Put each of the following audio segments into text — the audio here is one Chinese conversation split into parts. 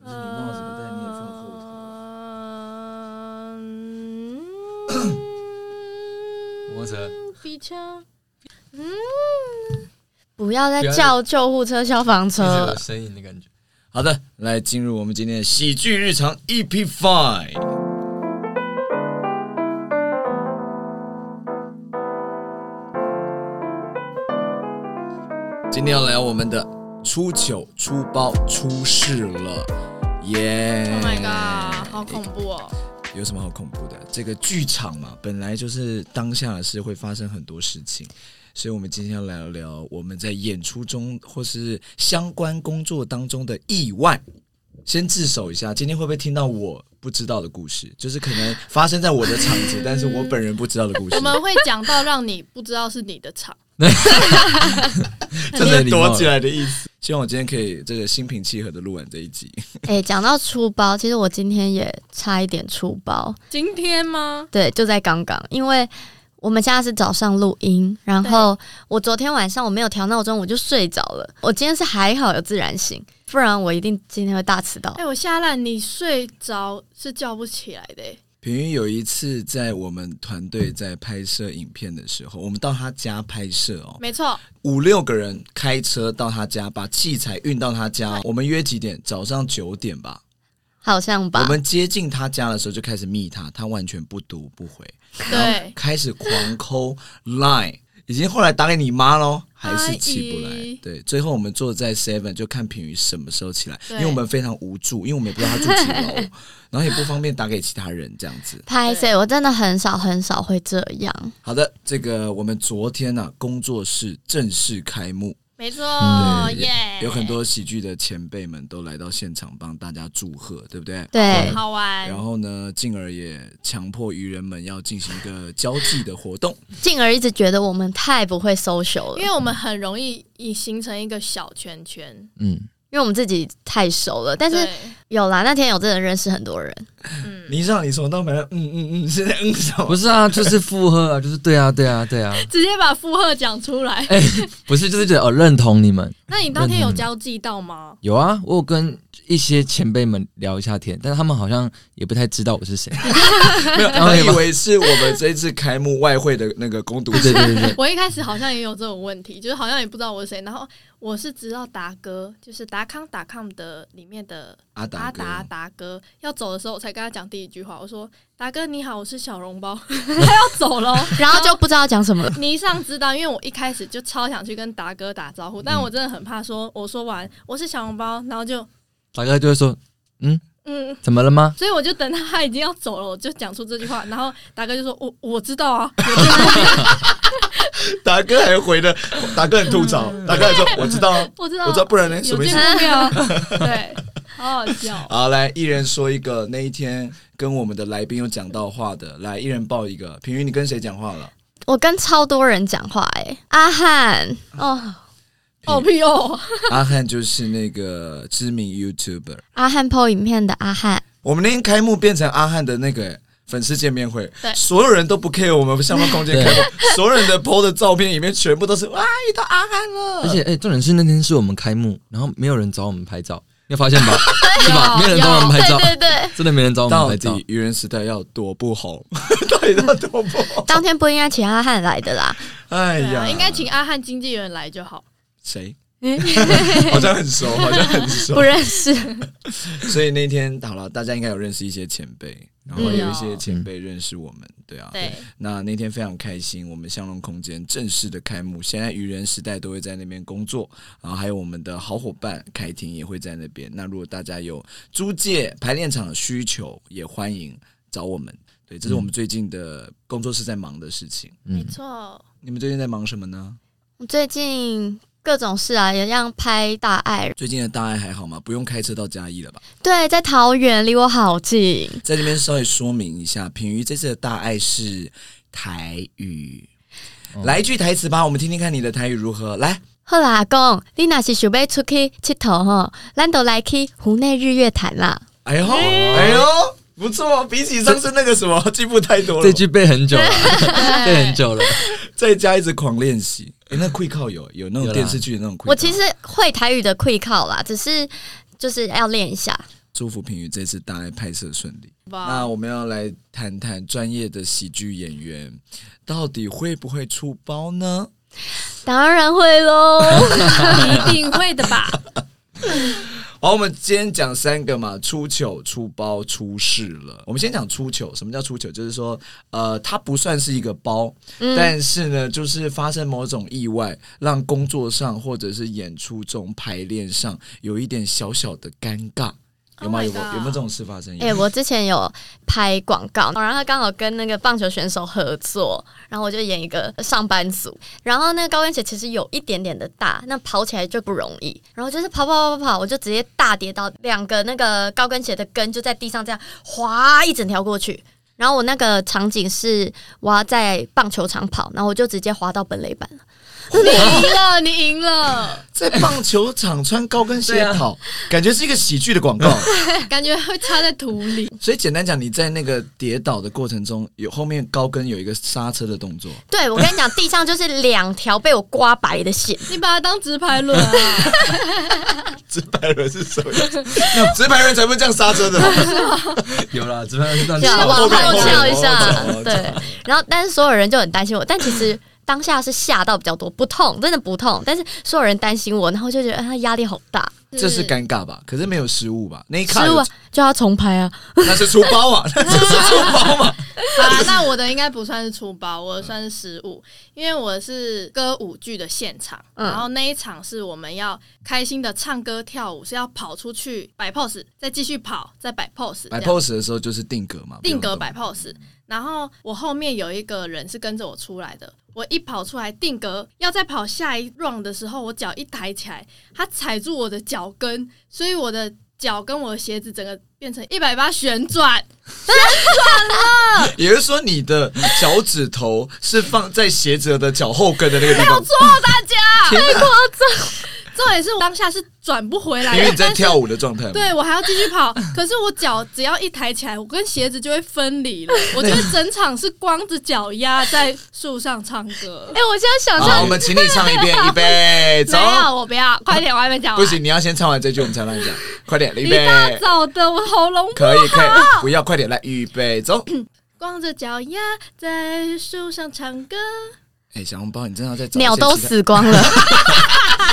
呃车，逼车，嗯，不要再叫救护车、消防车一直有了。声音的感觉。好的，来进入我们今天的喜剧日常 EP Five。今天要聊我们的出糗、出包、出事了，耶、 Oh my god，好恐怖哦！有什么好恐怖的？这个剧场嘛，本来就是当下的事会发生很多事情，所以我们今天要来聊聊我们在演出中或是相关工作当中的意外。先自首一下，今天会不会听到我不知道的故事？就是可能发生在我的场子，但是我本人不知道的故事我。们会讲到让你不知道是你的 场，这是很躲躲起起来的意思。希望我今天可以这个心平气和的录完这一集。 哎、讲到出包，其实我今天也差一点出包，今天吗？对，就在刚刚，因为我们现在是早上录音，然后我昨天晚上我没有调闹钟，我就睡着了。我今天是还好有自然醒，不然我一定今天会大迟到哎、。我吓烂，你睡着是叫不起来的、欸。平云有一次在我们团队在拍摄影片的时候，我们到他家拍摄哦，没错，五六个人开车到他家，把器材运到他家。我们约几点？早上九点吧。好像我吧，们接近他家的时候就开始密他，他完全不读不回，对，开始狂抠 Line，已经后来打给你妈喽，还是起不阿姨来。对，最后我们坐在 Seven 就看品宇什么时候起来，因对为我们非常无助，因为我们也不知道他住几 楼，然后也不方便打给其他人这样子。拍摄我真的很少很少会这样。好的，这个我们昨天呢、工作室正式开幕，没错，嗯对耶、有很多喜剧的前辈们都来到现场帮大家祝贺，对不对？对，好玩然。后呢，进而也强迫愚人们要进行一个交际的活动。进而一直觉得我们太不会 social 了，因为我们很容易已形成一个小圈圈，嗯，因为我们自己太熟了。但但是是有啦，那天有真的认识很多人，嗯，你让你从到没了，嗯嗯嗯，现在嗯什 不么？是啊，就是附和啊，就是对啊，对啊，对啊，直接把负荷讲出来。不是就是觉得哦认同你们。 那你当天有交际到嗯吗？有啊，我有跟一些前辈们聊一下天，但他们好像也不太知道我是谁。没有，然后他也以把为是我们这一次开幕外汇的那个攻读对对者。对对对，我一开始好像也有这种问题，就是好像也不知道我是谁。然后我是知道达哥，就是达康达康的里面的阿阿达哥，达达哥要走的时候，我才跟他讲第一句话，我说：“达哥你好，我是小笼包。” 他要走喽。然后就不知道讲什么了。你一上知道，因为我一开始就超想去跟达哥打招嗯呼，但我真的很怕说，我说完我是小笼包，然后就大哥就会说嗯，怎么了 吗？所以我就等他他已经要走了，我就讲出这句话，然后达哥就说：“我我知道啊，达哥还回了，达哥很吐槽，达哥还 说我知道啊，嗯我知道，我知道，不然呢？什有么意见思？过 面啊。”对，好好笑。好，来，一人说一个那一天跟我们的来宾有讲到话的，来，一人报一个。平云，你跟谁讲话了？我跟超多人讲话、哎，阿汉哦，哦屁哦，阿汉就是那个知名 YouTuber。阿汉 PO 影片的阿汉，我们那天开幕变成阿汉的那个欸粉丝见面会对，所有人都不 care 我们下方空间对开幕，所有人的 PO 的照片里面全部都是哇遇到阿汉哦了，而且哎、重点是那天是我们开幕，然后没有人找我们拍照，你有发现吧？是吧？有没有人找我们哦对拍照，对对，真的没人哦找我们到拍照底。愚人时代要多不红， 到底要多不红？当天不应该请阿汉来的啦，哎对呀，啊，应该请阿汉经纪人来就好。谁？好像很熟，好像很熟 不。认识。所以那天好了，大家应该有认识一些前辈，然后有一些前辈认识我们，对啊。对，那那天非常开心，我们相融空间正式的开幕，现在愚人时代都会在那边工作，然后还有我们的好伙伴凯婷也会在那边。那如果大家有租借排练场的需求，也欢迎找我们。对，这是我们最近的工作室在忙的事情。没嗯，错。你们最近在忙什么呢？最近各种事啊，也让拍大爱，最近的大爱还好吗？不用开车到嘉义了吧？对，在桃园离我好近，在这边稍微说明一下，品瑜这次的大爱是台语。哦来一句台词吧，我们听听看你的台语如何。来，好啦，阿公，你若是想要出去佚佗吼，咱都来去湖内日月潭啦。哎呦，哎呦，不错，比起上次那个什么进步太多了。这句背很久了，背很对，久了。在家一直狂练习。哎、那 quick call 有有那有种啦电视剧的那种 quick call。我其实会台语的 quick 靠啦，只是就是要练一下。祝福平宇这次大爱拍摄顺利。吧那？我们要来谈谈专业的喜剧演员到底会不会出包呢？当然会喽。一定会的吧？好，我们今天讲三个嘛，出糗、出包、出事了。我们先讲出糗，什么叫出糗？就是说，呃，它不算是一个包，嗯，但是呢，就是发生某种意外，让工作上或者是演出中、排练上有一点小小的尴尬，有吗？ Oh my 有没有 God 有没有这种事发生？哎、我之前有拍广告，然后他刚好跟那个棒球选手合作，然后我就演一个上班族，然后那个高跟鞋其实有一点点的大，那跑起来就不容易，然后就是跑跑跑跑跑，我就直接大跌倒，两个那个高跟鞋的跟就在地上这样滑一整条过去。然后我那个场景是我要在棒球场跑，然后我就直接滑到本垒板了。你赢了，你赢 了，在棒球场穿高跟鞋对啊跑，感觉是一个喜剧的广告。 哎感觉会插在土里。所以简单讲，你在那个跌倒的过程中，有后面高跟有一个刹车的动作，对我跟你讲，地上就是两条被我刮白的线， 你把它当直排轮啊？ 直排轮是什么意思？直排轮才不会这样刹车的。 有啦，这边让这样往后后面后面翘一下往后翘，对。然后，但是所有人就很担心我，但其实当下是吓到比较多，不痛，真的不痛。但是所有人担心我，然后就觉得啊他压力好大，这是尴尬吧？可是没有失误吧？那一卡失误有啊就要重拍啊。那是出包 啊，那就是出包嘛。好啦，那我的应该不算是出包，我的算是失误，因为我是歌舞剧的现场，嗯然后那一场是我们要开心的唱歌跳舞，是要跑出去摆 pose，再继续跑，再摆 pose，这摆样 pose 的时候就是定格嘛，定格不用动摆 pose。然后我后面有一个人是跟着我出来的，我一跑出来定格，要再跑下一 round 的时候，我脚一抬起来，他踩住我的脚跟，所以我的脚跟我的鞋子整个变成一百八旋转。也就是说，你的脚趾头是放在鞋子的脚后跟的那个 地方，大家，天哪重点是我当下是转不回来因为的，你在但是跳舞的状态嘛。对我还要继续跑，可是我脚只要一抬起来，我跟鞋子就会分 离了。我觉得整场是光着脚丫在树上唱歌哎、。我现在想好，象啊我们请你唱一 遍，预备，走没。有，我不要，快点，我还没讲完。不行，你要先唱完这句，我们才让你讲。快 点，预一备，大早的，我喉咙可以，可以，不要，快点来，预备， 走。光着脚丫在树上唱歌，哎，小红包，你真的要再找一些鸟都其他死光了，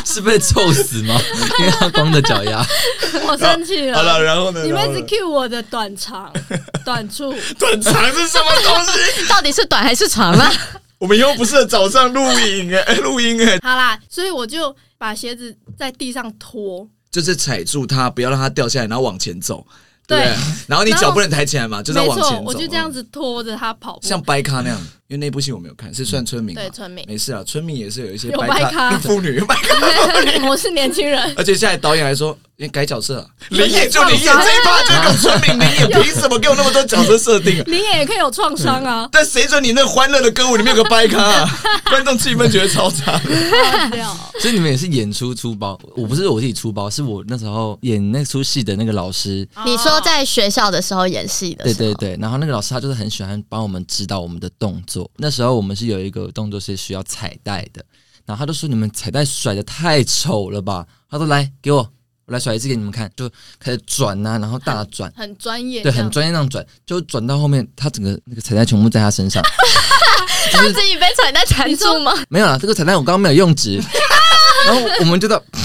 是被臭死吗？ 因为他光着脚丫，我生气好了。了，然后呢？你们一然后直 呢 cue 我的短长短处，短长是什么东西？ 到底是短还是长啊？我们又不是早上录影哎， 录音哎，好啦，所以我就把鞋子在地上拖，就是踩住它，不要让它掉下来，然后往前走，对不对对？然后你然后脚不能抬起来嘛，就是要没往前错走，。我就这样子拖着他跑步。像掰咖那样，因为那部戏我没有看，是算村民嘛对，村民，没事啊，村民也是有一些有白掰咖妇女，有掰咖 我是年轻人，而且现在导演还说，你改角色啊，有林演就林演创伤这一趴就搞村民，林演凭什么给我那么多角色设 定啊？。你也可以有创伤啊但谁准你那欢乐的歌舞里面有个掰咖啊？ 观众气氛觉得超差的。忘掉所以你们也是演出出包。我不是我自己出包，是我那时候演那出戏的那个老师。 你说在学校的时候演戏的对时候，对对，然后那个老师他就是很喜欢帮我们指导我们的动作。那时候我们是有一个动作是需要彩带的，然后他就说你们彩带甩的太丑了吧？他说来给我，我来甩一次给你们看，就开始转呐、然后大转，很专业，对，这样很专业那样转，就转到后面他整个那个彩带全部在他身上。他自己被彩带缠住吗？没有啦，这个彩带我刚刚没有用 纸，然后我们就到哦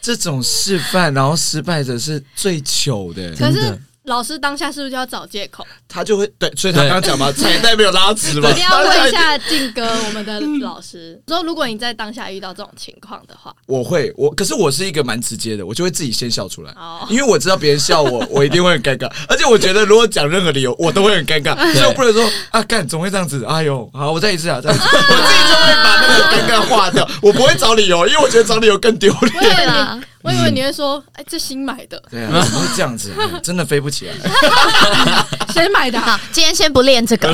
这种示范，然后失败者是最糗的，可真是的老师当下是不是就要找借口？他就会对，所以他刚刚讲嘛， 彩带没有拉直 嘛，一定要问一下静哥，我们的老师说，如果你在当下遇到这种情况的话，我会，我可是我是一个蛮直接的，我就会自己先笑出来，哦因为我知道别人笑 我，我一定会很尴尬。而且我觉得如果讲任何理由，我都会很尴尬，所以我不能说啊，干怎么会这样子？哎呦，好，我再一次啊， 再一次，我自己就会把那个尴尬化掉，我不会找理由，因为我觉得找理由更丢脸。我以为啦你，我以嗯为你会说，哎，这新买的，对 啊，怎么会这样子、真的飞不 起来。谁买的啊？好，今天先不练这个，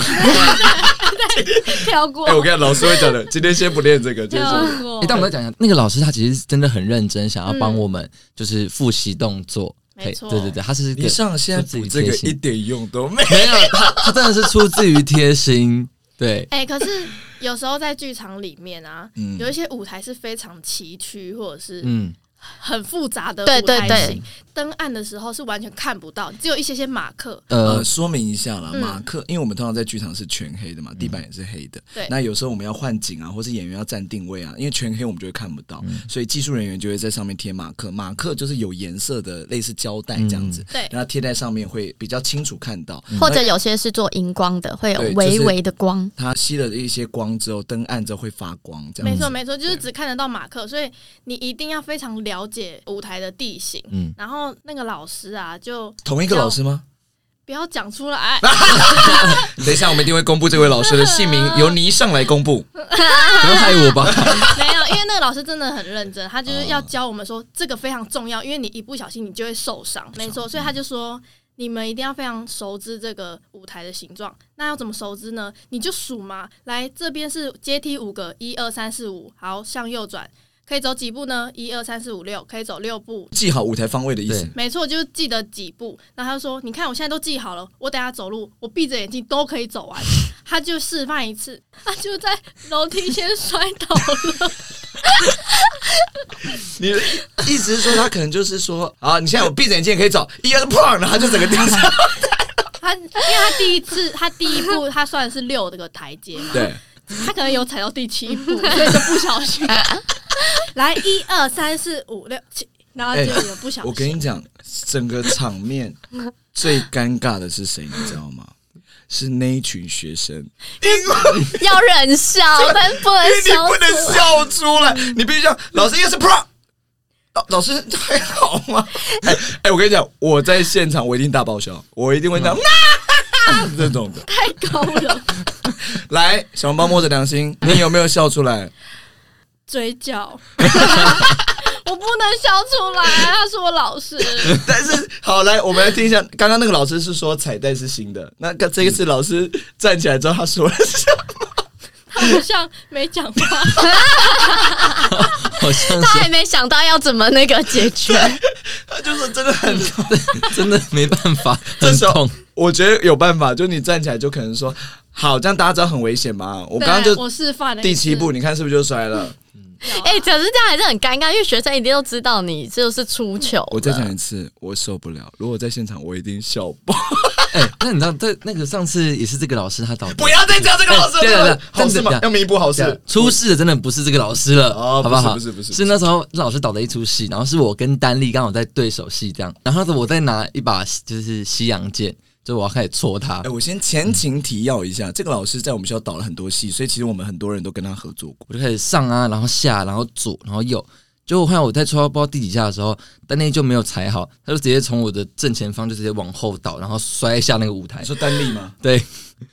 跳过哎、我跟你讲老师会讲的，今天先不练这个，今天 先不练跳过哦哎、。但我们要讲一下，那个老师他其实是真的很认真，想要帮我们就是复习动作。没嘿错对对对，他是一个你上现在补这个一点用都没有。没有，他他真的是出自于贴心。对， 哎、可是有时候在剧场里面啊，嗯有一些舞台是非常崎岖，或者是嗯，很复杂的对舞对台对型，登岸的时候是完全看不到，只有一些些马克。呃呃，，说明一下啦，嗯马克，因为我们通常在剧场是全黑的嘛，地板也是黑的。对那有时候我们要换景啊，或是演员要站定位啊，因为全黑我们就会看不到，嗯所以技术人员就会在上面贴马克。马克就是有颜色的，类似胶带这样子，嗯对，嗯然后贴在上面会比较清楚看到。或者有些是做荧光的，会有对就微是微的光。它吸了一些光之后，灯暗之后会发光，这样没子。错没错，就是对只看得到马克，所以你一定要非常了解舞台的地形。嗯，然后那个老师啊，就同一个老师吗？不要讲出来，等一下，我们一定会公布这位老师的姓 名，由倪尚来公布。不要害我吧。 没有，因为那个老师真的很认真，他就是要教我们说这个非常重要，因为你一不小心你就会受伤，没错，所以他就说。你们一定要非常熟知这个舞台的形状。那要怎么熟知呢？你就数嘛。来，这边是阶梯五个，一二三四五。好，向右转，可以走几步呢？一二三四五六，可以走六步。记好舞台方位的意思对。没错，就是记得几步。然后他就说：“你看，我现在都记好了，我等下走路，我闭着眼睛都可以走完。”他就示范一次，他就在楼梯先摔倒了。你意思是说，他可能就是说，啊，你现在我闭着眼睛也可以走，一二砰，然后他就整个掉下来。他因为他第一次，他第一步他算是六个台阶嘛， 对，他可能有踩到第七步，所以就不小心。来，一二三四五六七，然后就有不小心。哎我跟你讲，整个场面最尴尬的是谁，你知道吗？是那一群学生，因为要忍笑，但不能你笑不能出来笑出来，你必须要老师又是 pro。老老师还好吗？ 哎、哎，我跟你讲，我在现场我一定大爆笑，我一定会这样、啊、 这种的。太高了，来，小笼包摸着良心，你有没有笑出来？嘴角。我不能笑出来，他是我老师。 但是好，来我们来听一下，刚刚那个老师是说彩带是新的，那这一次老师站起来之后，他说了什么？他好像没讲话，好像 他还没想到要怎么那个解决。他就说真的很痛，真的没办法，这很时候痛。我觉得有办法，就你站起来就可能说，好，这样大家知道很危险嘛。我我刚刚就啊我示范了第七步，，你看是不是就摔了？哎、可是这样还是很尴尬，因为学生一定都知道你就是出糗了。我再讲一次，我受不了。如果在现场，我一定笑爆。 哎、那你知道，对那个上次也是这个老师他倒不闭，要再讲这个老师哎对对了，对好事但嘛是，要弥补好事。出事的真的不是这个老师了，哦好不好？不是不是不是是那时候老师导的一出戏，然后是我跟丹丽刚好在对手戏这样，然后我再拿一把就是西洋剑，就我要开始戳他哎、。我先前情提要一下，这个老师在我们学校导了很多戏，所以其实我们很多人都跟他合作过。我就开始上啊，然后下，然后左，然后右。结果后来我在抽到不知道第几下的时候，丹丽就没有踩好，他就直接从我的正前方就直接往后倒，然后摔下那个舞台你。说丹丽吗？对，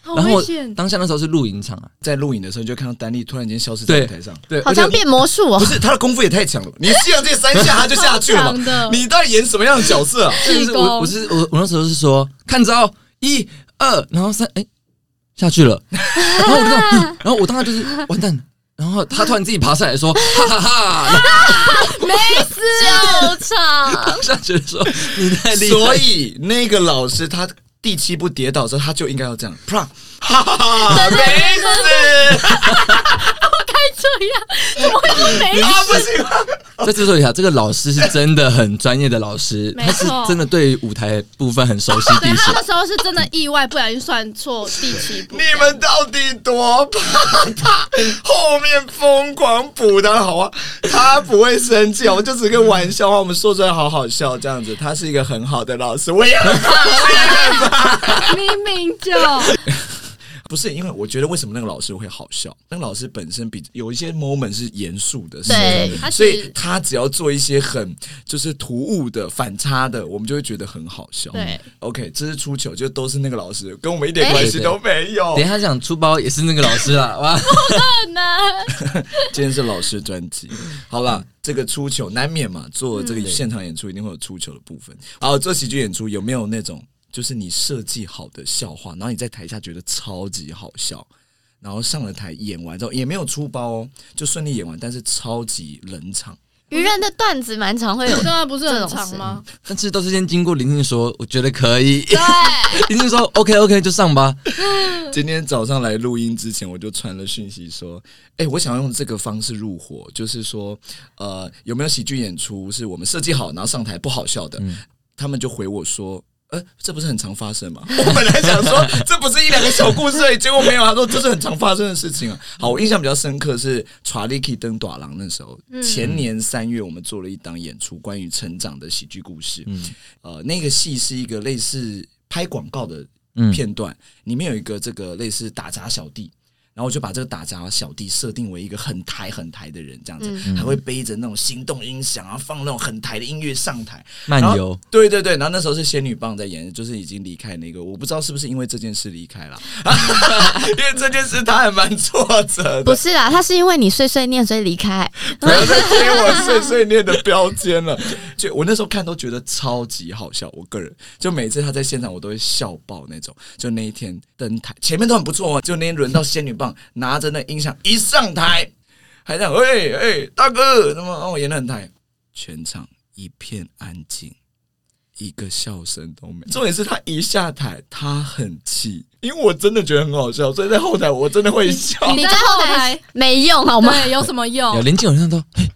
好然后我危险。当下那时候是露营场啊，在录影的时候，你就看到丹丽突然间消失在舞台上。对，好像而且变魔术哦不，是他的功夫也太强了，你西洋这三下他就下去了超强嘛的？你到底演什么样的角色啊？就是我，我是我，我那时候是说看招一二，然后三，哎、下去了，然后我就这样，嗯然后我当时就是完蛋了，然后他突然自己爬上来说，哈哈哈笑场。当下觉得说你太厉害，所以那个老师他第七步跌倒之后，他就应该要这样，啪，哈哈哈，没死，这样，怎么会说 没啊不行啊，在这时候一下，这个老师是真的很专业的老师，没他是错真的对舞台部分很熟悉地对啊他形。那时候是真的意外，不小心算错第七步。你们到底多怕他？后面疯狂补的好啊，他不会生气啊，我就只是个玩笑话，我们说出来好好笑这样子。他是一个很好的老师，我也很明明就不是因为我觉得为什么那个老师会好笑？那个老师本身比有一些 moment 是严肃的，是对的他所以是他只要做一些很就是突兀的反差的，我们就会觉得很好笑。对哎，OK，这是出糗，就都是那个老师，跟我们一点关系都没有等一。下讲出包也是那个老师啦，哇！很难。今天是老师专辑，好啦，这个出糗难免嘛，做这个现场演出一定会有出糗的部分。好，做喜剧演出有没有那种就是你设计好的笑话，然后你在台下觉得超级好笑，然后上了台演完之后也没有出包哦，就顺利演完，但是超级冷场。愚人的段子蛮常会有对啊，不是这很种长事吗？但是都是先经过林静说，我觉得可以。对， 林静说 OK OK 就上吧。今天早上来录音之前，我就传了讯息说：“哎、我想要用这个方式入伙，就是说，呃，有没有喜剧演出是我们设计好，然后上台不好笑的？”嗯他们就回我说。呃，这不是很常发生吗？我本来想说这不是一两个小故事而已，结果没有。他说这是很常发生的事情啊。好，我印象比较深刻是《查理 K 登短廊》那时候，嗯前年三月我们做了一档演出，关于成长的喜剧故事。嗯呃，那个戏是一个类似拍广告的嗯，片段，里面有一个这个类似打杂小弟。然后我就把这个打杂小弟设定为一个很台很台的人，这样子，还会背着那种行动音响，然后放那种很台的音乐上台。漫游。对对对，然后那时候是仙女棒在演，就是已经离开那个，我不知道是不是因为这件事离开了， 因为这件事他还蛮挫折不的，是啦，他是因为你碎碎念所以离开， 不要再贴我碎碎念的标签了。就我那时候看都觉得超级好笑，我个人就每次他在现场我都会笑爆那种。就那一天登台，前面都很不错哦，就那天轮到仙女棒拿着那音响一上台，还这样，哎、哎、大哥，那么哦，我演的很台，全场一片安静。一个笑声都没有。重点是他一下台，他很气，因为我真的觉得很好笑，所以在后台我真的会笑。你在在后后台台没用好吗？对有什么有用？林静有看到，嘿，哎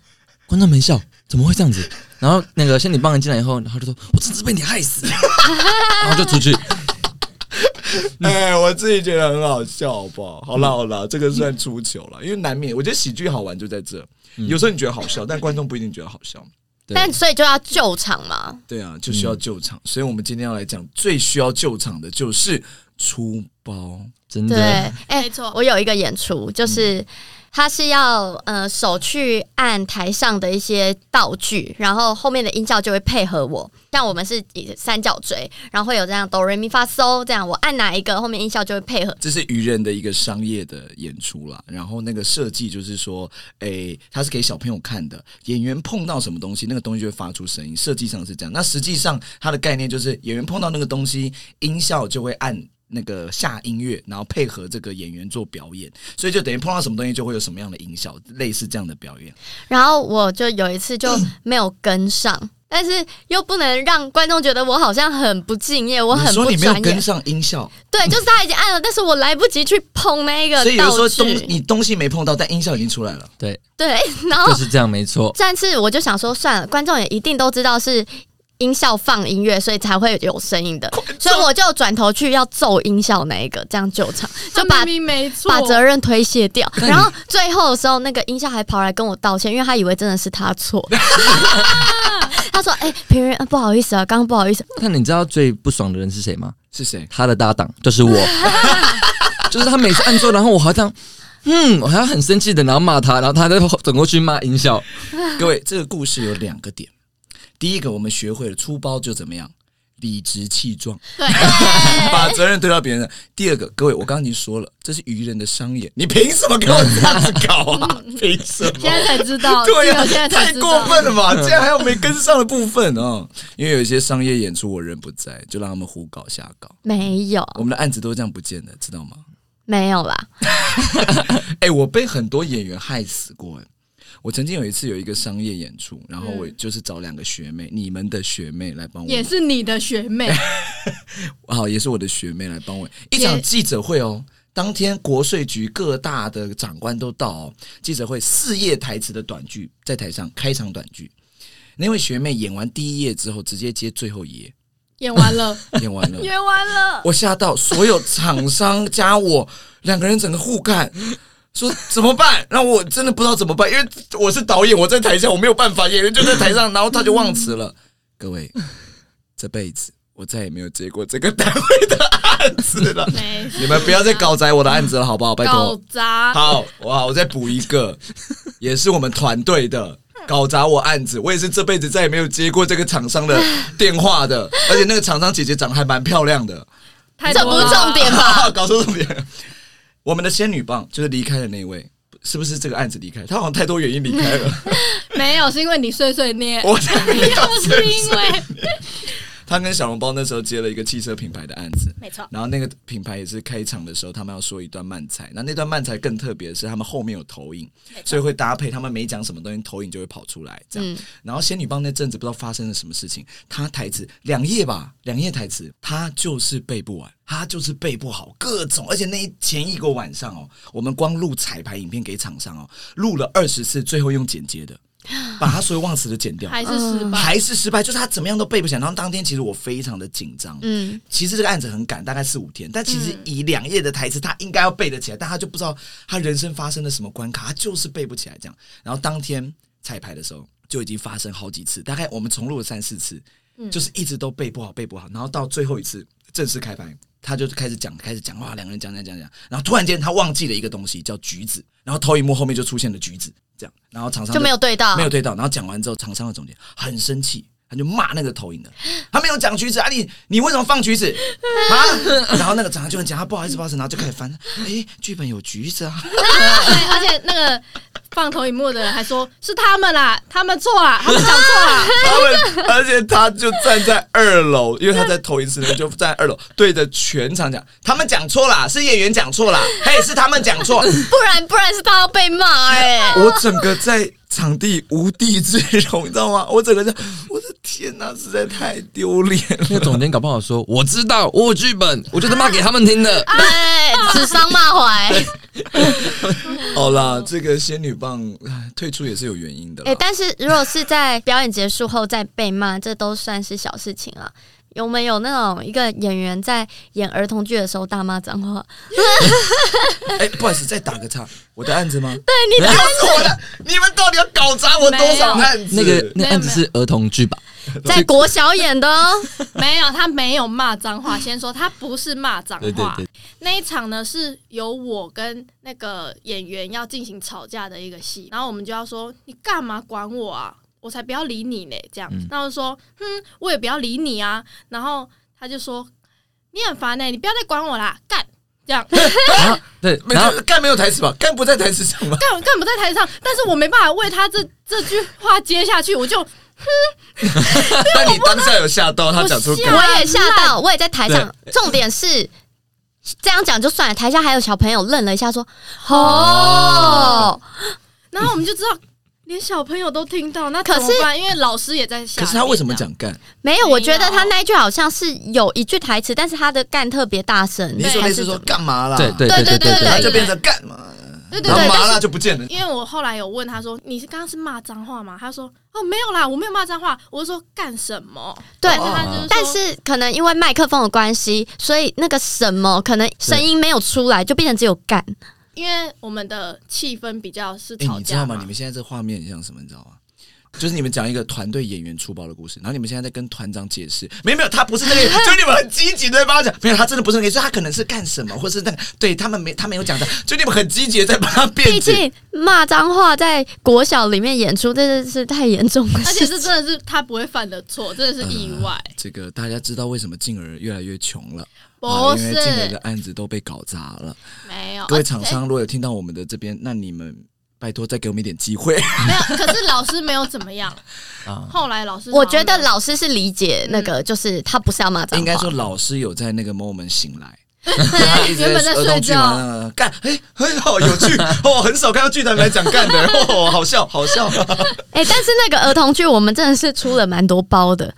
观众没笑，怎么会这样子？然后那个仙女棒一进来以后，然后就说：“我真是被你害死。” 然后就出去。 哎，我自己觉得很好笑，好不好？好啦好啦，这个算出糗了，因为难免，我觉得喜剧好玩就在这，有时候你觉得好笑，但观众不一定觉得好笑。对但所以就要救场嘛。对啊，就需要救场，所以我们今天要来讲最需要救场的就是出包。真对，的，哎、没错我有一个演出，嗯就是他是要呃手去按台上的一些道具，然后后面的音效就会配合我。像我们是以三角锥，然后会有这样哆瑞咪发嗦这样，我按哪一个，后面音效就会配合。这是愚人的一个商业的演出啦，然后那个设计就是说，诶、它是给小朋友看的，演员碰到什么东西，那个东西就会发出声音，设计上是这样。那实际上它的概念就是，演员碰到那个东西，音效就会按那个下音乐，然后配合这个演员做表演，所以就等于碰到什么东西就会有什么样的音效，类似这样的表演。然后我就有一次就嗯没有跟上。但是又不能让观众觉得我好像很不敬业，我你很说不你没有专业跟。上音效，对，就是他已经按了，但是我来不及去碰那个所以有道时候具东。你东西没碰到，但音效已经出来了。对，哦对， 然后就是这样，没错。上次我就想说，算了，观众也一定都知道是音效放音乐，所以才会有声音的，所以我就转头去要揍音效那一个，这样救场，就他把啊明明没错，把责任推卸 掉。那你然后最后的时候，那个音效还跑来跟我道歉，因为他以为真的是 他错。他说：“哎、平人、呃不好意思啊，刚刚不好意思。但你知道最不爽的人是谁吗？是谁？他的搭档就是我， 就是他每次按错，然后我好像，嗯，我还要很生气的，然后骂他，然后他再转过去骂音效， 各位，这个故事有两个点。第一个，我们学会了出包就怎么样，理直气壮，对， 把责任推到别人。第二个，各位，我刚刚已经说了，这是愚人的商业，你凭什么给我这样子搞 啊？凭什嗯现么？在才知 道，对呀、我现在才太知过道。分了吧！竟然还有没跟上的部分哦，因为有一些商业演出我人不在，就让他们胡搞瞎搞”。没有，我们的案子都这样不见的，知道吗？没有啦。哎、我被很多演员害死过、哎，我曾经有一次有一个商业演出，然后我就是找两个学妹，你们的学妹来帮我，嗯也是你的学妹，好，也是我的学妹来帮我一也场记者会哦。当天国税局各大的长官都到哦，记者会四页台词的短剧在台上开场短剧，那位学妹演完第一页之后，直接接最后一页，演完 了，演完了，演完了，我吓到，所有厂商加我两个人整个互看， 说怎么办？那我真的不知道怎么办，因为我是导演，我在台下我没有办法，演员就在台上，然后他就忘词了。 各位，这辈子我再也没有接过这个单位的案子了， 没事你们不要再搞砸我的案子了，好不好？拜搞托。砸，好，哇，我再补一个，也是我们团队的。搞砸我案子，我也是这辈子再也没有接过这个厂商的电话的，而且那个厂商姐姐长得还蛮漂亮的，太这多不了重点 吧？搞错重点。我们的仙女棒就是离开的那位，是不是这个案子离开？他好像太多原因离开 了。没有，是因为你碎碎念，我才没有又是因为他跟小笼包那时候接了一个汽车品牌的案子， 没错，然后那个品牌也是开场的时候，他们要说一段慢才，那那段慢才更特别的是，他们后面有投影，所以会搭配他们没讲什么东西，投影就会跑出来这样。嗯，然后仙女棒那阵子不知道发生了什么事情，她台词两页吧，两页台词，她就是背不完，她就是背不好，各种，而且那一前一个晚上哦，我们光录彩排影片给厂商哦，录了二十次，最后用剪接的，把她所有忘词的剪掉，还是失败。还是失败，就是她怎么样都背不起来。然后当天其实我非常的紧张，嗯，其实这个案子很赶，大概四五天，但其实嗯以两页的台词，他应该要背得起来，但他就不知道他人生发生了什么关卡，他 就是背不起来这样。然后当天彩排的时候就已经发生好几次，大概我们重录了三四次，就是一直都背不好，背不好。然后到最后一次正式开拍，他就开始讲，开始讲，哇，两个人讲讲讲讲，然后突然间他忘记了一个东西叫橘子，然后投影幕后面就出现了橘子，这样，然后厂商就没有对到，没有对到。然后讲完之后，厂商的总监很生气，他就骂那个投影的，他没有讲橘子啊你，你为什么放橘子啊？然后那个厂商就很讲，他不好意思，不好意思，然后就开始翻，诶，剧本有橘子啊，对，嗯而且那个放投影幕的人还说是他们啦，他们错啦，他们 讲错啦。他们，而且他就站在二楼，因为他在投影室那边就站在二楼，对着全场讲，他们讲错啦，是演员讲错啦，嘿，是他们讲错，不然不然是他要被骂哎、 我整个在场地无地自容，你知道吗？我整个就，我的天哪、实在太丢脸了。那个总监搞不好说，我知道，我有剧本，我就是骂给他们听 的。对，哎指桑骂槐。好哦啦，哦这个仙女棒唉退出也是有原因的啦。哎、但是如果是在表演结束后再被骂，这都算是小事情了。有没有那种一个演员在演儿童剧的时候大骂脏 话？哎、不好意思，再打个岔，我的案子吗？对你又是我的，你们到底要搞砸我多少案子？那个那没有案子是儿童剧吧？在国小演的哦，没有，他没有骂 脏话。先说他不是骂脏话。对对对，那一场呢是由我跟那个演员要进行吵架的一个戏，然后我们就要说你干嘛管我啊？我才不要理你嘞！这样，嗯然后就说哼、我也不要理你啊。然后他就说你很烦呢、欸你不要再管我啦，干这样。然后对，没然后有干没有台词吧？干不在台词上吗？干干不在台上， 但是我没办法为他这这句话接下去，我就但你当下有吓到他讲出对干啊我也吓到，我也在台上。重点是这样讲就算了，台下还有小朋友愣了一下，说：“哦。”然后我们就知道，连小朋友都听到，那可怎是么办？因为老师也在下。可是他为什么？讲干？没有，没有我觉得他那一句好像是有一句台词，但是他的干特别大声。你说还类是似怎说么样干嘛啦？对对对对对对然后对就变成干嘛？对对然对后对，麻辣就不见了。因为我后来有问他说：“你是刚刚是骂脏话吗？”他说：“哦，没有啦，我没有骂脏话。”我就说：“干什么？”对然后他就是说，但是可能因为麦克风的关系，所以那个什么可能声音没有出来，就变成只有干。因为我们的气氛比较是哎、吵你知架道嘛吗？你们现在这画面很像什么？你知道吗？就是你们讲一个团队演员出包的故事，然后你们现在在跟团长解释，没有没有，他不是那 个，就是你们很积极的帮他讲，没有，他真的不是那个，所以他可能是干什么，或是那个，对他们没他没有讲的，就你们很积极的在帮他辩 毕解。竟骂脏话在国小里面演出，这是太严重了。而且是真的是他不会犯的错，真的是意外，这个大家知道为什么静儿越来越穷了，啊不因为静儿的是哦哎案子都被搞砸了。没有。各位而厂商如果有听到我们的这边，那你们拜托再给我们一点机 会。没有，可是老师没有怎 么样。啊，后来老师，我觉得老师是理解那嗯个，就是他不是要骂脏话，应该说老师有在那个 moment 醒 来，他一直原本在儿童剧睡嘛，干，哎、很好有趣哦，很少看到剧团来讲干的，哦，好笑好笑。哎、但是那个儿童剧我们真的是出了蛮多包的，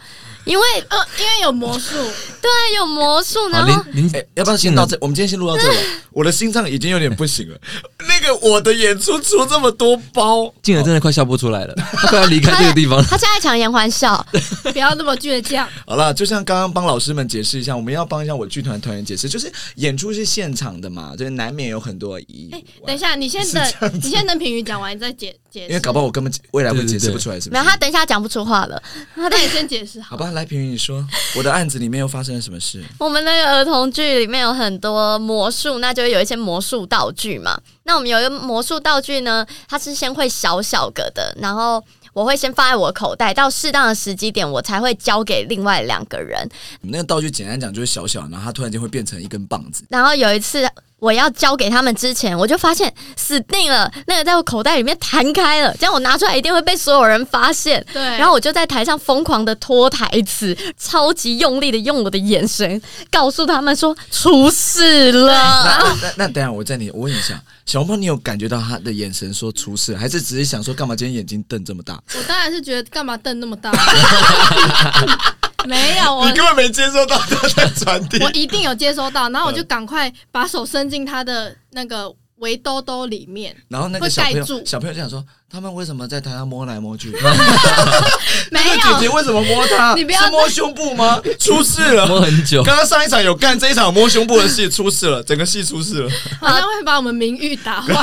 因为呃，因为有 魔术，对啊有魔术，好然后林林哎、要不要先到这？我们今天先录到这吧。我的心脏已经有点不行了。那个我的演出出这么多包，静儿真的快笑不出来了，他快要离开这个地方了。他现在强颜欢笑，不要那么倔强。好啦，就像刚刚帮老师们解释一下，我们要帮一下我剧团团员解释，就是演出是现场的嘛，就是难免有很多意哎、外等一下，你先等，你先等品瑜讲完，你再解解因为释。搞不好我根本未来会对对解释对不出来，是不没是有？他等一下讲不出话了。那你先解释好好。吧，来平云，你说我的案子里面又发生了什么事？我们那个儿童剧里面有很多魔术，那就会有一些魔术道具嘛。那我们有一个魔术道具呢，它是先会小小个的，然后我会先放在我口袋，到适当的时机点我才会交给另外两个人。那个道具简单讲就是小小，然后它突然间会变成一根棒子。然后有一次我要交给他们之前，我就发现死定了，那个在我口袋里面弹开了，这样我拿出来一定会被所有人发现。对，然后我就在台上疯狂的拖台词，超级用力的用我的眼神告诉他们说出事啊了。那那那等一下，我暂停，我问一下，小红帽，你有感觉到他的眼神说出事，还是只是想说干嘛今天眼睛瞪这么大？我当然是觉得干嘛瞪那 么大， 没有我你。根本没接受到他在传递。我一定有接收到，然后我就赶快把手伸进他的那个围兜兜里面，然后那个会小朋盖住友，小朋友就想说，他们为什么在台上摸来摸 去？没那姐姐有，为什么摸他？ 你不要是摸胸部吗？出事了！摸很久，刚刚上一场有干，这一场有摸胸部的戏出事了，整个戏出事了。好像会把我们名誉打坏。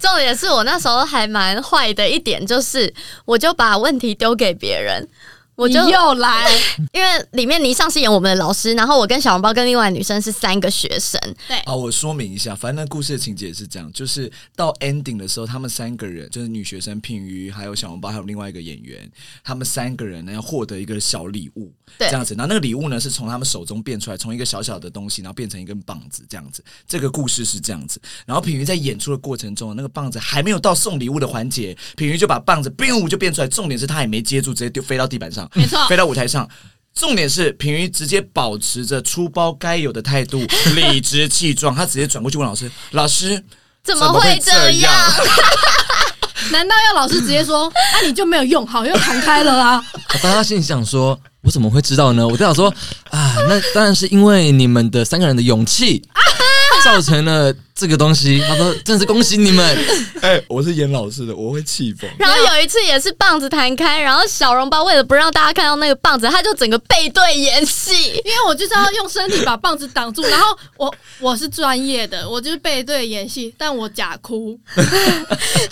重点是我那时候还蛮坏的一点就是，我就把问题丢给别人。我就你又来，因为里面倪尚是演我们的老师，然后我跟小笼包跟另外女生是三个学生，啊，我说明一下，反正那故事的情节也是这样，就是到 ending 的时候，他们三个人就是女学生品瑜，还有小红包，还有另外一个演员，他们三个人呢要获得一个小礼物，对这样子。然后那个礼物呢是从他们手中变出来，从一个小小的东西，然后变成一根棒子，这样子。这个故事是这样子。然后品瑜在演出的过程中，那个棒子还没有到送礼物的环节，品瑜就把棒子 biu 就变出来，重点是他也没接住，直接丢飞到地板上，没错飞到舞台上。重点是平瑜直接保持着出包该有的态 度，理直气壮。他直接转过去问老师：“老师，怎么会这样？难道要老师直接说，啊，你就没有用好，又弹开了啊啦？我当时他心里想说，我怎么会知道呢？我在想说啊，那当然是因为你们的三个人的勇气造成了这个东西。他说，真是恭喜你们， 哎、我是演老师的，我会气疯。然后有一次也是棒子弹开，然后小笼包为了不让大家看到那个棒子，他就整个背对演戏。 因为我就是要用身体把棒子挡住，然后我 我是专业的，我就是背对演戏，但我假哭，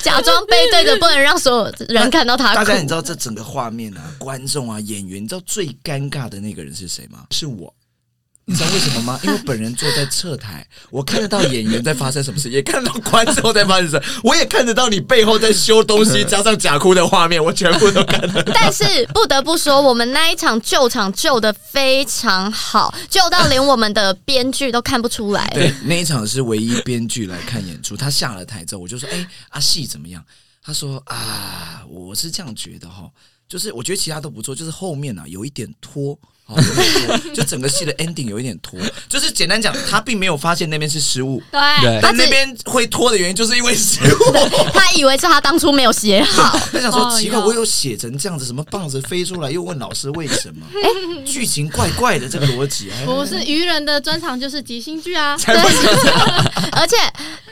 假装背对着，不能让所有人看到他大哭家。你知道这整个画面啊，观众啊，演员，你知道最尴尬的那个人是谁吗？是我。你知道为什么吗？ 因为本人坐在侧台，我看得到演员在发生什么事，也看得到观众在发生什么，我也看得到你背后在修东 西，加上假哭的画面，我全部都看得到。但是不得不说，我们那一场救场救的非常好，救到连我们的编剧都看不出来。对，那一场是唯一编剧来看演出，他下了台之后，我就说：“哎、阿戏怎么样？”他说：“啊，我是这样觉得哈，就是我觉得其他都不错，就是后面呢、啊、有一点拖。”哦，有一点拖 就整个戏的 ending 有一点拖，就是简单讲，他并没有发现那边是失误，对对，他但那是边会拖的原因就是因为失误。他以为是他当初没有写好。他想说 哦奇怪，有 我有写成这样子，什么棒子飞出来，又问老师为什 么？剧情怪怪的，这个逻辑。哎不是愚人的专长就是即兴剧啊，才不是而且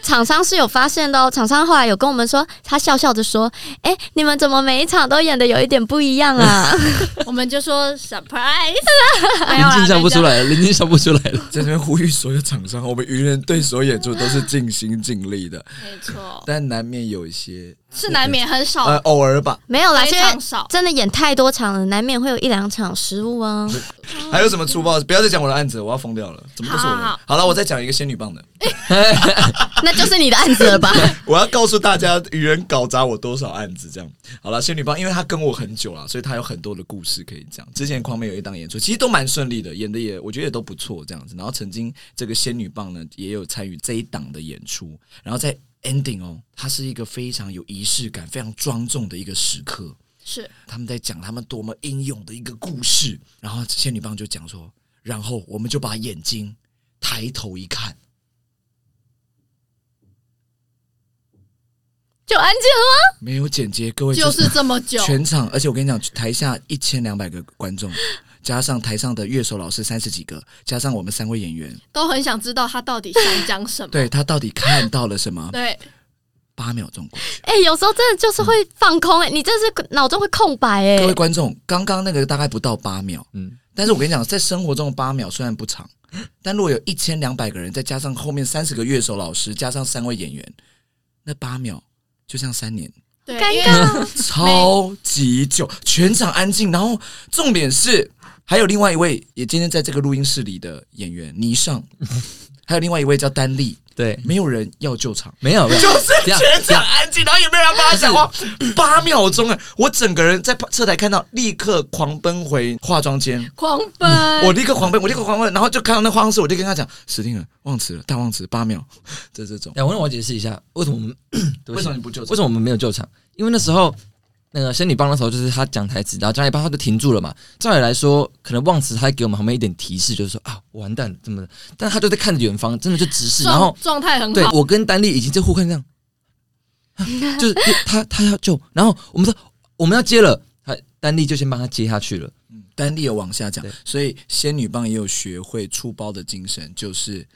厂商是有发现的哦，厂商后来有跟我们说，他笑笑着说：“哎、你们怎么每一场都演的有一点不一样啊 我们就说 surprise，没有林啦静笑不出。没有来了，林静笑不出来了。在这边呼吁所有厂商，我们愚人对所有演出都是尽心尽力的，没错，但难免有一些是难免很少呃偶尔吧。？”没有啦，非因常为少真的演太多场了，难免会有一两场失误啊。还有什么粗暴？不要再讲我的案子，我要疯掉了。怎么都是我的？好好好好了，我再讲一个仙女棒的， 那就是你的案子 了吧？我要告诉大家愚人搞砸我多少案子。这样好了，仙女棒，因为她跟我很久了，所以她有很多的故事可以讲。之前狂妹有一档演出，其实都蛮顺利的，演的也我觉得也都不错这样子。然后曾经这个仙女棒呢，也有参与这一档的演出，然后在 ending 哦，它是一个非常有仪式感、非常庄重的一个时刻。是他们在讲他们多么英勇的一个故事。然后仙女棒就讲说，然后我们就把眼睛抬头一看，就安静了吗？没有剪接，各位就是这么久，全场，而且我跟你讲，台下一千两百个观众，加上台上的乐手老师三十几个，加上我们三位演员，都很想知道他到底想讲什么。对他到底看到了什么？对，八秒钟过去。哎、有时候真的就是会放空、哎，你真的是脑中会空白、各位哎，观众，刚刚那个大概不到八秒，嗯嗯，但是我跟你讲，在生活中的八秒虽然不长， 但如果有一千两百个人，再加上后面三十个乐手老师，加上三位演员，那八秒就像三年，对，尴因为尬。超级久，全场安静。然后重点是，还有另外一位也今天在这个录音室里的演员倪尚，还有另外一位叫丹丽，对，没有人要救场。没有，就是这样全这场样安静，然后也没有人帮他讲话， 八秒钟哎！我整个人在车台看到，立刻狂奔回化妆间，狂奔，我立刻狂奔，我立刻狂奔，然后就看到那化妆师，我就跟他讲死定了，忘词了，大忘词，八秒， 这这种。哎，我让我解释一下，为什么我们对不为起什么你不救场？为什么我们没有救场？因为那时候那个仙女棒的时候，就是他讲台词，然后讲一半他就停住了嘛。照理来说，可能忘词他还给我们旁边一点提示，就是说啊，完蛋了怎么的？但他就在看着远方，真的就直视。然状后状态很对好，我跟丹丽已经在互看 这样，啊就是他他要救，然后我们说我们要接了，他丹丽就先帮他接下去了。 嗯丹立有往下讲对，所以仙女棒也有学会出包的精神，就是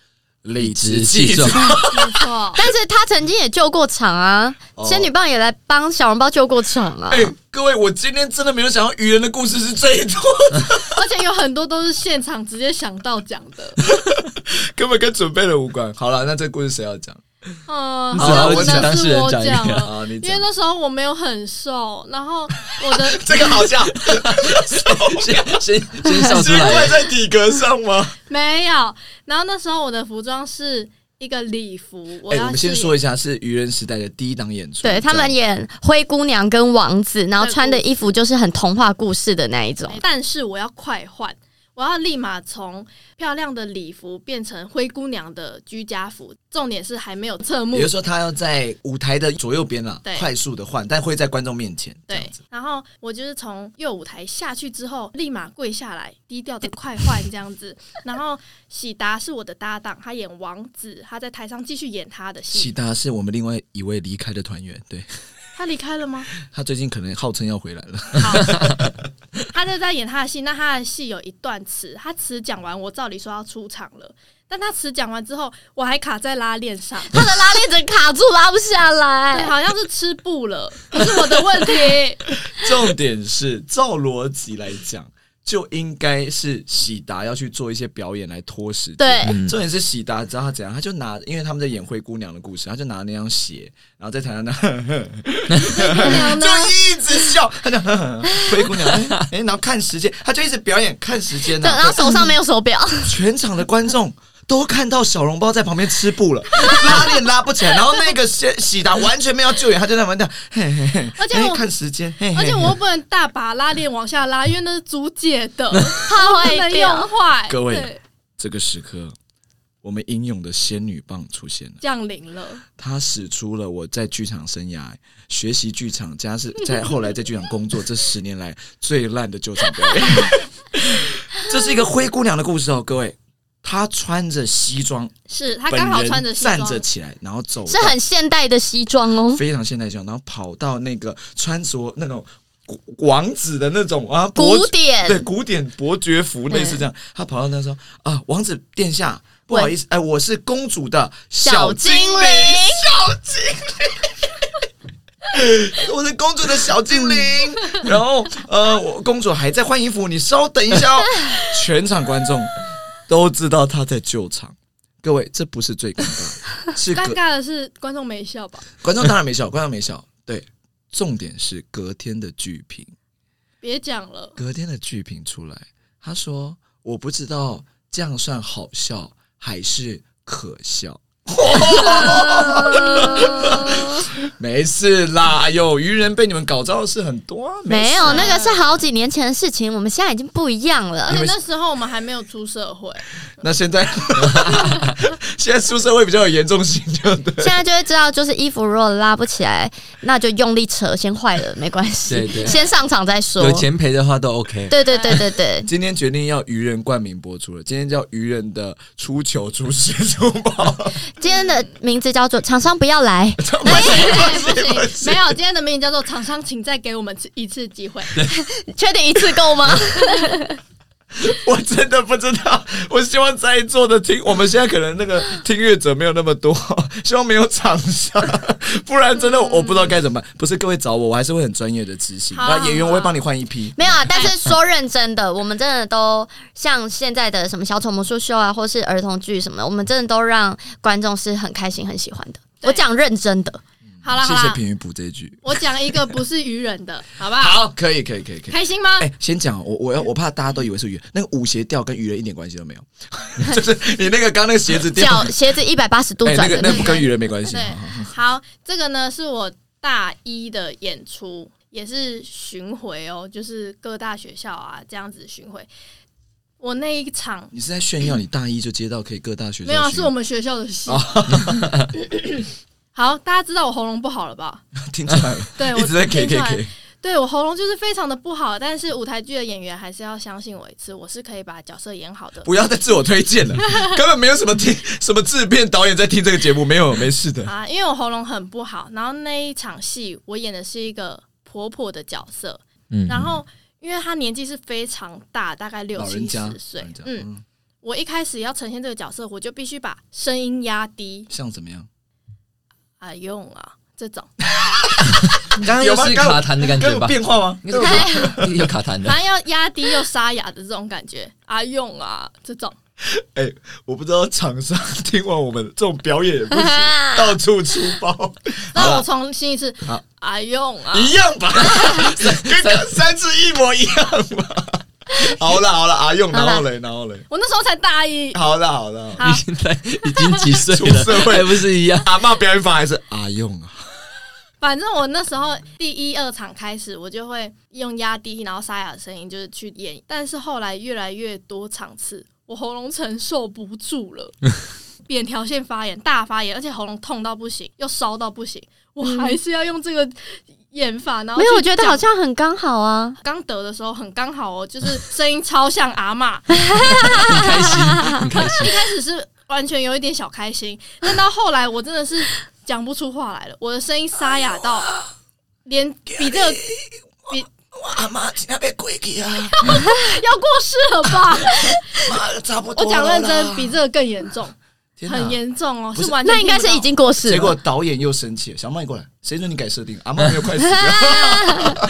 理直直气气壮 壮。没错。 但是他曾经也救过场啊，哦仙女棒也来帮小笼包救过场啊。哎、各位，我今天真的没有想到愚人的故事是这一段，而且有很多都是现场直接想到讲的。 根本跟准备的无关。好了，那这故事谁要讲嗯，你好只了，要我请当事是人我讲一讲个了，啊？你因为讲。那时候我没有很瘦，然后我的这个 好像先先先笑出是因来 为，在体格上吗？没有，然后那时候我的服装是一个礼服，我哎、要我们先是说一下，是愚人时代的第一档演出。对他们对啊演灰姑娘跟王子，然后穿的衣服就是很童话故事的那一种。但是我要快换，我要立马从漂亮的礼服变成灰姑娘的居家服。重点是还没有侧目也就，是说，他要在舞台的左右边啦啊对，快速的换，但会在观众面前。这对嗯样子。。然后我就是从右舞台下去之后，立马跪下来，低调的快换这样 子。然后喜达是我的搭档，他演王子，他在台上继续演他的喜戏。达是我们另外一位离开的团员，对他离开 了吗？他最近可能号称要回来了。好，他就在演他的戏。那他的戏有一段词，他词讲完，我照理说要出场了，但他词讲完之后，我还卡在拉链上，他的拉链整个卡住，拉不下对，来。好像是吃布了， 不是我的问题。重点是，照逻辑来讲，就应该是喜达要去做一些表演来拖时间。对嗯重点是喜达，知道他怎样？他就拿，因为他们在演灰姑娘的故事，他就拿那双鞋，然后在台上那姑娘就？呢一直 笑，他就灰姑娘，哎、然后看时间，他就一直表演看时间、对，然啊，后手上没有手表，全场的观众。都看到小笼包在旁边吃布 了，拉链拉不起来，然后那个喜喜达完全没有救援，他就在旁边这样，嘿嘿嘿，而且哎我看时间，嘿嘿而且我嘿又不能大把拉链往下拉，因为那是租借的，怕不坏能用掉。坏。各位对这个时刻，我们英勇的仙女棒出现了。降临了，她使出了我在剧场生涯、学习剧场，加是在后来在剧场工作这十年来最烂的救场表演。这是一个灰姑娘的故事哦，各位。她穿着西装，是他刚好本人穿着西站装着，起来，然后走是很现代的西装到哦，非常现代装，然后跑到那个穿着那种王子的那种啊，脖古对，典。古典伯爵服类似这样。他跑到那说：“啊，王子殿下，不好意思，哎、我是公主的小精精灵，灵小精灵， 我是公主的小精灵。嗯然后，呃，我公主还在换衣服，你稍等一下哦。 全场观众都知道他在救场。各位，这不是最尴 尬的，是尴隔尬的是观众没笑吧？观众当然没笑，观众没笑。对，重点是隔天的剧评。别讲了，隔天的剧评出来，他说：“我不知道这样算好笑还是可笑。哦 没事啦，有愚人被你们搞糟的事很多啊。没事有，那个是好几年前的事情，我们现在已经不一样而 了。且那时候我们还没有出社会，那现在 现在出社会比较有严重性，就对。现在就会知道，就是衣服如果拉不起来，那就用力扯，先坏了没关系对，对先上场再说有。钱赔的话都 OK。对对对对 对，今天决定要愚人冠名播出了，今天叫愚人的出糗、出事、出包。 今天的名字叫做“厂商不要来哎不行不行，没有，今天的名字叫做“厂商，请再给我们一次机会”，确定一次够吗？我真的不知道。我希望在座的听，我们现在可能那个听乐者没有那么多， 希望没有厂商，不然真的我不知道该怎么办。不是各位找我，我还是会很专业的执行。好啊那演员我会帮你换一批。没有啊，但是说认真的，我们真的都像现在的什么小丑魔术秀啊，或是儿童剧什么的，我们真的都让观众是很开心、很喜欢的。对我讲认真的，好啦好啊谢谢啦，平云补这一句。我讲一个不是愚人的，好不好？好，可以，可以，可以，可以。开心吗？哎、先讲，我我要我怕大家都以为是鱼，那个舞鞋调跟鱼人一点关系都没有， 就是你那个刚那个鞋子调，脚鞋子一百八十度哎、那转个 的那哎那个不个，跟鱼人没关系。对好好，好，这个呢是我大一的演出，也是巡回哦，就是各大学校啊这样子巡回。我那一场你是在炫耀你大一就接到可以各大学校哦没有啊，巡是我们学校的戏。 好，大家知道我喉咙不好了吧？听出来了，哎对，我一直在给听给出来给，对我喉咙就是非常的不好，但是舞台剧的演员还是要相信我一次，我是可以把角色演好的。不要再自我推 荐了，根本没有什么听什么制片导演在听这个节目，没有，没事的。啊，因为我喉咙很不好，然后那一场戏我演的是一个婆婆的角色，嗯，然后因为她年纪是非常大，大概六老人七家十，岁老人家，嗯，，我一开始要呈现这个角色，我就必须把声音压低，像怎么样？啊用啊这种，刚刚又是卡痰的感觉吧？变化吗？应该是有卡痰的反，正要压低又沙哑的这种感觉，啊用啊这种，哎、我不知道厂商 听完我们这种表演也 不行，到处出包，然好后我了重新一次好，啊用啊，一样吧， 跟刚三次一模一样吧。好了好了，阿用，然后嘞，然后嘞，我那时候才大一，好了好了，好已经在已经几岁出了，社会还不是一样？阿妈表演法还是阿用啊，反正我那时候第一二场开始，我就会用压低然后沙哑的声音就是去演，但是后来越来越多场次，我喉咙承受不住了，扁桃腺发炎大发炎，而且喉咙痛到不行，又烧到不行，我还是要用这个演法。然后嗯没有，去我觉得讲好像很刚好啊。刚得的时候很刚好哦，就是声音超像阿嬷。很开心， 很开心。一开始是完全有一点小开心，但到后来我真的是讲不出话来了，我的声音沙哑到连比这个哎我阿妈今天被鬼给啊， 要过世了 吧？妈的差不我讲认真，比这个更严重，比很严重哦，不是是完全那应该是听已不到经过世了。结果导演又生气了，小麦过来，谁准你改设定？阿妈没有快死啊 掉。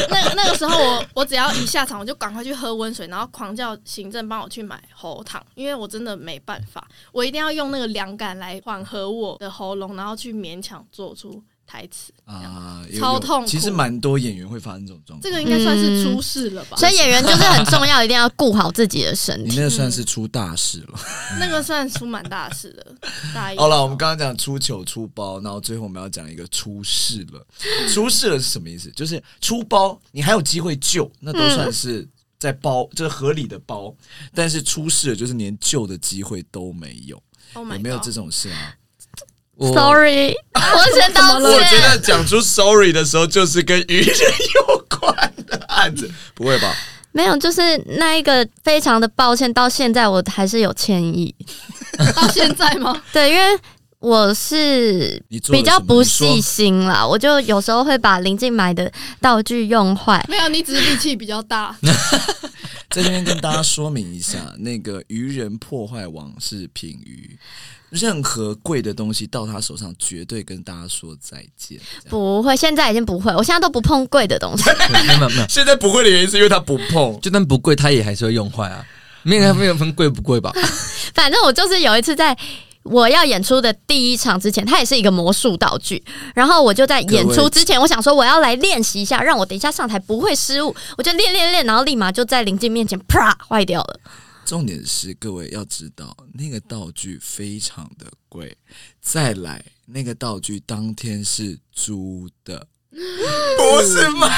那那个时候我我只要一下场我就赶快去喝温水，然后狂叫行政帮我去买喉糖，因为我真的没办法，我一定要用那个凉感来缓和我的喉咙，然后去勉强做出台词。啊，有超有痛苦其实蛮多演员会发生这种状这况。个应该算是出事了吧？所以演员就是很重要，一定要顾好自己的身你体。那算是出大事了。那个算出蛮大事的，大一。好了，我们刚刚讲出糗出包，然后最后我们要讲一个出事 了。出事了是什么意思？就是出包，你还有机会救，那都算是在嗯包，这、合理的包。但是出事了，就是连救的机会都没有。 Oh 有 my 没有这 god！种事啊？我 Sorry，我先道我觉歉。得讲出 sorry 的时候，就是跟愚人有关的案子，不会吧？没有，就是那一个非常的抱歉，到现在我还是有歉意。 到现在吗？对，因为我是你做了比较什么不你说细心啊啦，我就有时候会把临近买的道具 用坏。没有，你只是力气比较大。在这边跟大家说明一 下，那个愚人破坏王是品鱼，任何贵的东西到他手上，绝对跟大家说再见。这样不会，现在已经不会，我现在都不碰贵的东西。没有没有没有， 现在不会的原因是因为他不碰，就算不贵，他也还是会用坏啊。没有人没有分贵不贵吧？反正我就是有一次在。我要演出的第一场之前，它也是一个魔术道具。然后我就在演出之前，我想说我要来练习一下，让我等一下上台不会失误。我就练练练，然后立马就在临近面前啪坏掉了。重点是各位要知道，那个道具非常的贵。再来，那个道具当天是租的。不是买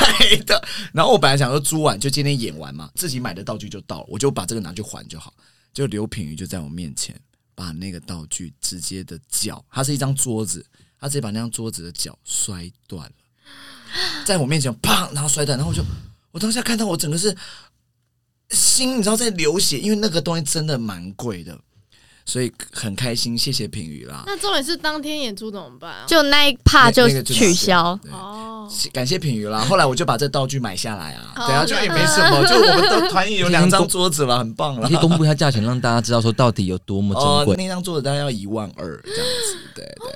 的，然后我本来想说租完就今天演完嘛，自己买的道具就到了，我就把这个拿去还就好。就刘品瑜就在我面前把那个道具直接的脚，它是一张桌子，他直接把那张桌子的脚摔断了，在我面前砰，然后摔断，然后我就我当下看到我整个是心，你知道在流血，因为那个东西真的蛮贵的，所以很开心，谢谢品瑜啦，那重点是当天演出怎么办啊？就那一趴就那那个就取消。对哦，感谢品瑜啦，后来我就把这道具买下来啊，哦等下就也没什 么，就我们的团里有两张桌子了，很棒你了可以。公布一下价钱，让大家知道说到底有多么珍哦，贵，那张桌子大概要一万二这样子，对 Oh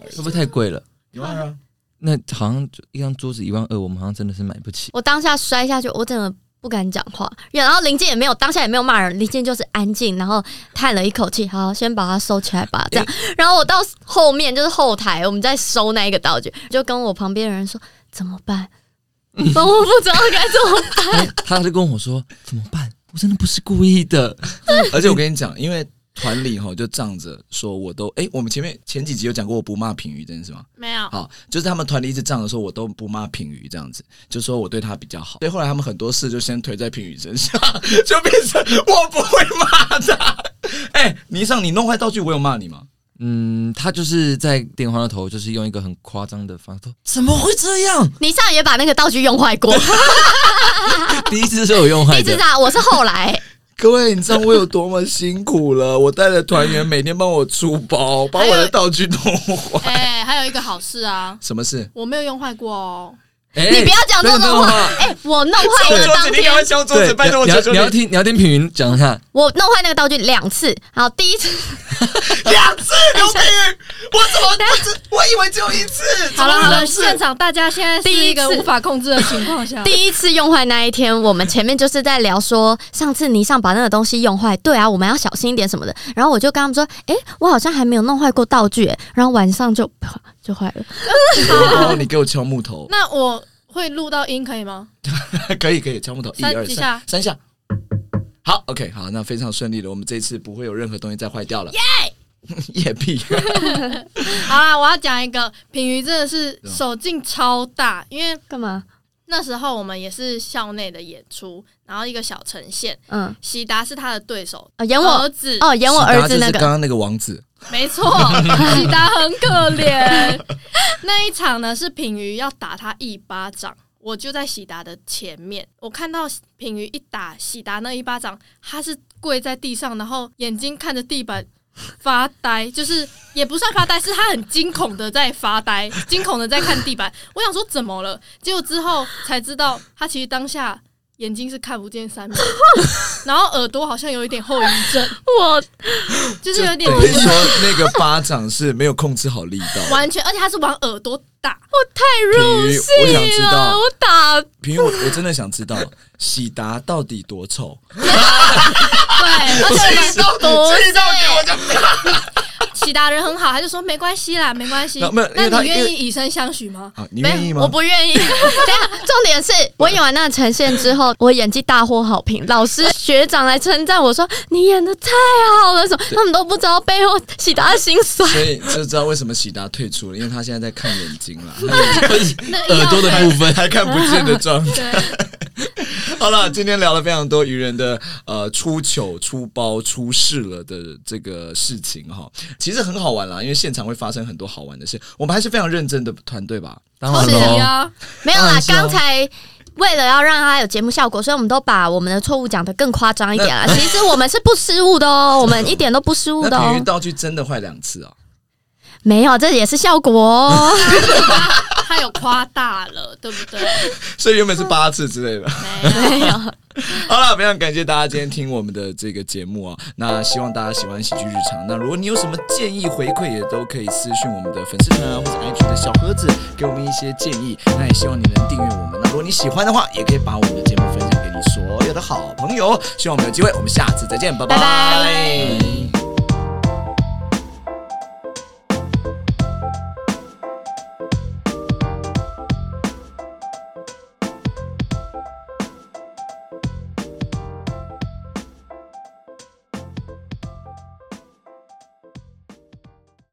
对会不会太贵了？一万 二啊， 那好像就一张桌子一万二，我们好像真的是买不起。我当下摔下去，我整个不敢讲话。然后林静也没有，当下也没有骂人，林静就是安静，然后叹了一口气，好，先把它收起来吧，这样。然后我到后面就是后台，我们在收那一个道具，就跟我旁边的人说怎么 办。我不知道该怎么办，他他就跟我说怎么办？我真的不是故意的，而且我跟你讲，因为团里吼就仗着说我都哎、我们前面前几集有讲过我不骂品鱼这件事吗？没有，好，就是他们团里一直仗着说我都不骂品鱼这样子，就说我对他比较好。所以后来他们很多事就先推在品鱼身上， 就变成我不会骂他。 哎、倪尚，你弄坏道具，我有骂你吗？嗯，他就是在电话那头，就是用一个很夸张的方式说怎么会这样？你上也把那个道具用坏 过，第一次是有用一坏直的这，样，我是后来，各位，你知道我有多么辛苦了？我带着团员每天帮我出包，把我的道具弄坏。哎、还有一个好事啊，什么事？我没有用坏过哦。你你不要讲这种话，哎、我弄坏了当天，敲 桌对，你要你要听你要听品云讲一下， 我弄坏那个道具两次，好，第一次两次，刘品宇，我怎 么我我以为只有一 次，好了好了，两次现场大家现在是一个第一次，无法控制的情况下 第一次用坏那一天，我们前面就是在聊说，上次你想把那个东西用坏，对啊，我们要小心一点什么的。然后我就跟他们说，哎、我好像还没有弄坏过道具、哎然后晚上就啪就坏了。然哦后你给我敲木头，那我会录到音可以吗？ 可以可以，敲木头，一三二几三下，三下。好，OK，好，那非常顺利了，我们这一次不会有任何东西再坏掉了。 耶！野屁！嗯好啦，我要讲一个，品瑜真的是啊手劲超大，因为干嘛？那时候我们也是校内的演出，然后一个小呈现，嗯，喜达是他的对手，啊演我儿子，哦，演我儿子就那是刚个，刚那个王子，没错，喜达很可怜。那一场呢是品瑜要打他一巴掌，我就在喜达的前面，我看到品瑜一打喜达那一巴掌，他是跪在地上，然后眼睛看着地板。发呆就是也不算发呆，是他很惊恐的在发呆，惊恐的在看地板。我想说怎么了？结果之后才知道，他其实当下眼睛是看不见三米，然后耳朵好像有一点后遗症，我就是有点等于说那个巴掌是没有控制好力道。完全，而且他是往耳朵打，太入戏了品瑜我想知道我打平云，我我真的想知道喜达到底多丑？对，而且我们不是喜达人很好，他就说没关系啦，没关系那没有因。为那他你因愿为意以身相许吗？好，你愿意吗？我不愿意。等一下，重点是我演完那个呈现之后，我演技大获好评，老师学长来称赞我说你演的太好了，什么他们都不知道背后喜达的心酸。所以就知道为什么喜达退出了，因为他现在在看眼睛了，耳朵的部分。还看不见的状态。 对，好了，今天聊了非常多愚人的呃出糗、出包、出事了的这个事情哈，其实很好玩啦，因为现场会发生很多好玩的事。我们还是非常认真的团队吧，当哦然是对喽，呀，没有当啦然，是啊刚才。为了要让它有节目效果，所以我们都把我们的错误讲得更夸张一点啊！其实我们是不失误的哦，我们一点都不失误那的品哦鱼。道具真的坏两次啊！没有，这也是效 果哦。 他有夸大了，对不对？所以原本是八次之类的。没有，好了，非常感谢大家今天听我们的这个节目啊、那希望大家喜欢喜剧日常。那如果你有什么建议回馈，也都可以私讯我们的粉丝团啊，或者 IG 的小盒子，给我们一些建议。那也希望你能订阅我们。那如果你喜欢的话，也可以把我们的节目分享给你所有的好朋友。希望我们有机会，我们下次再见，拜拜拜拜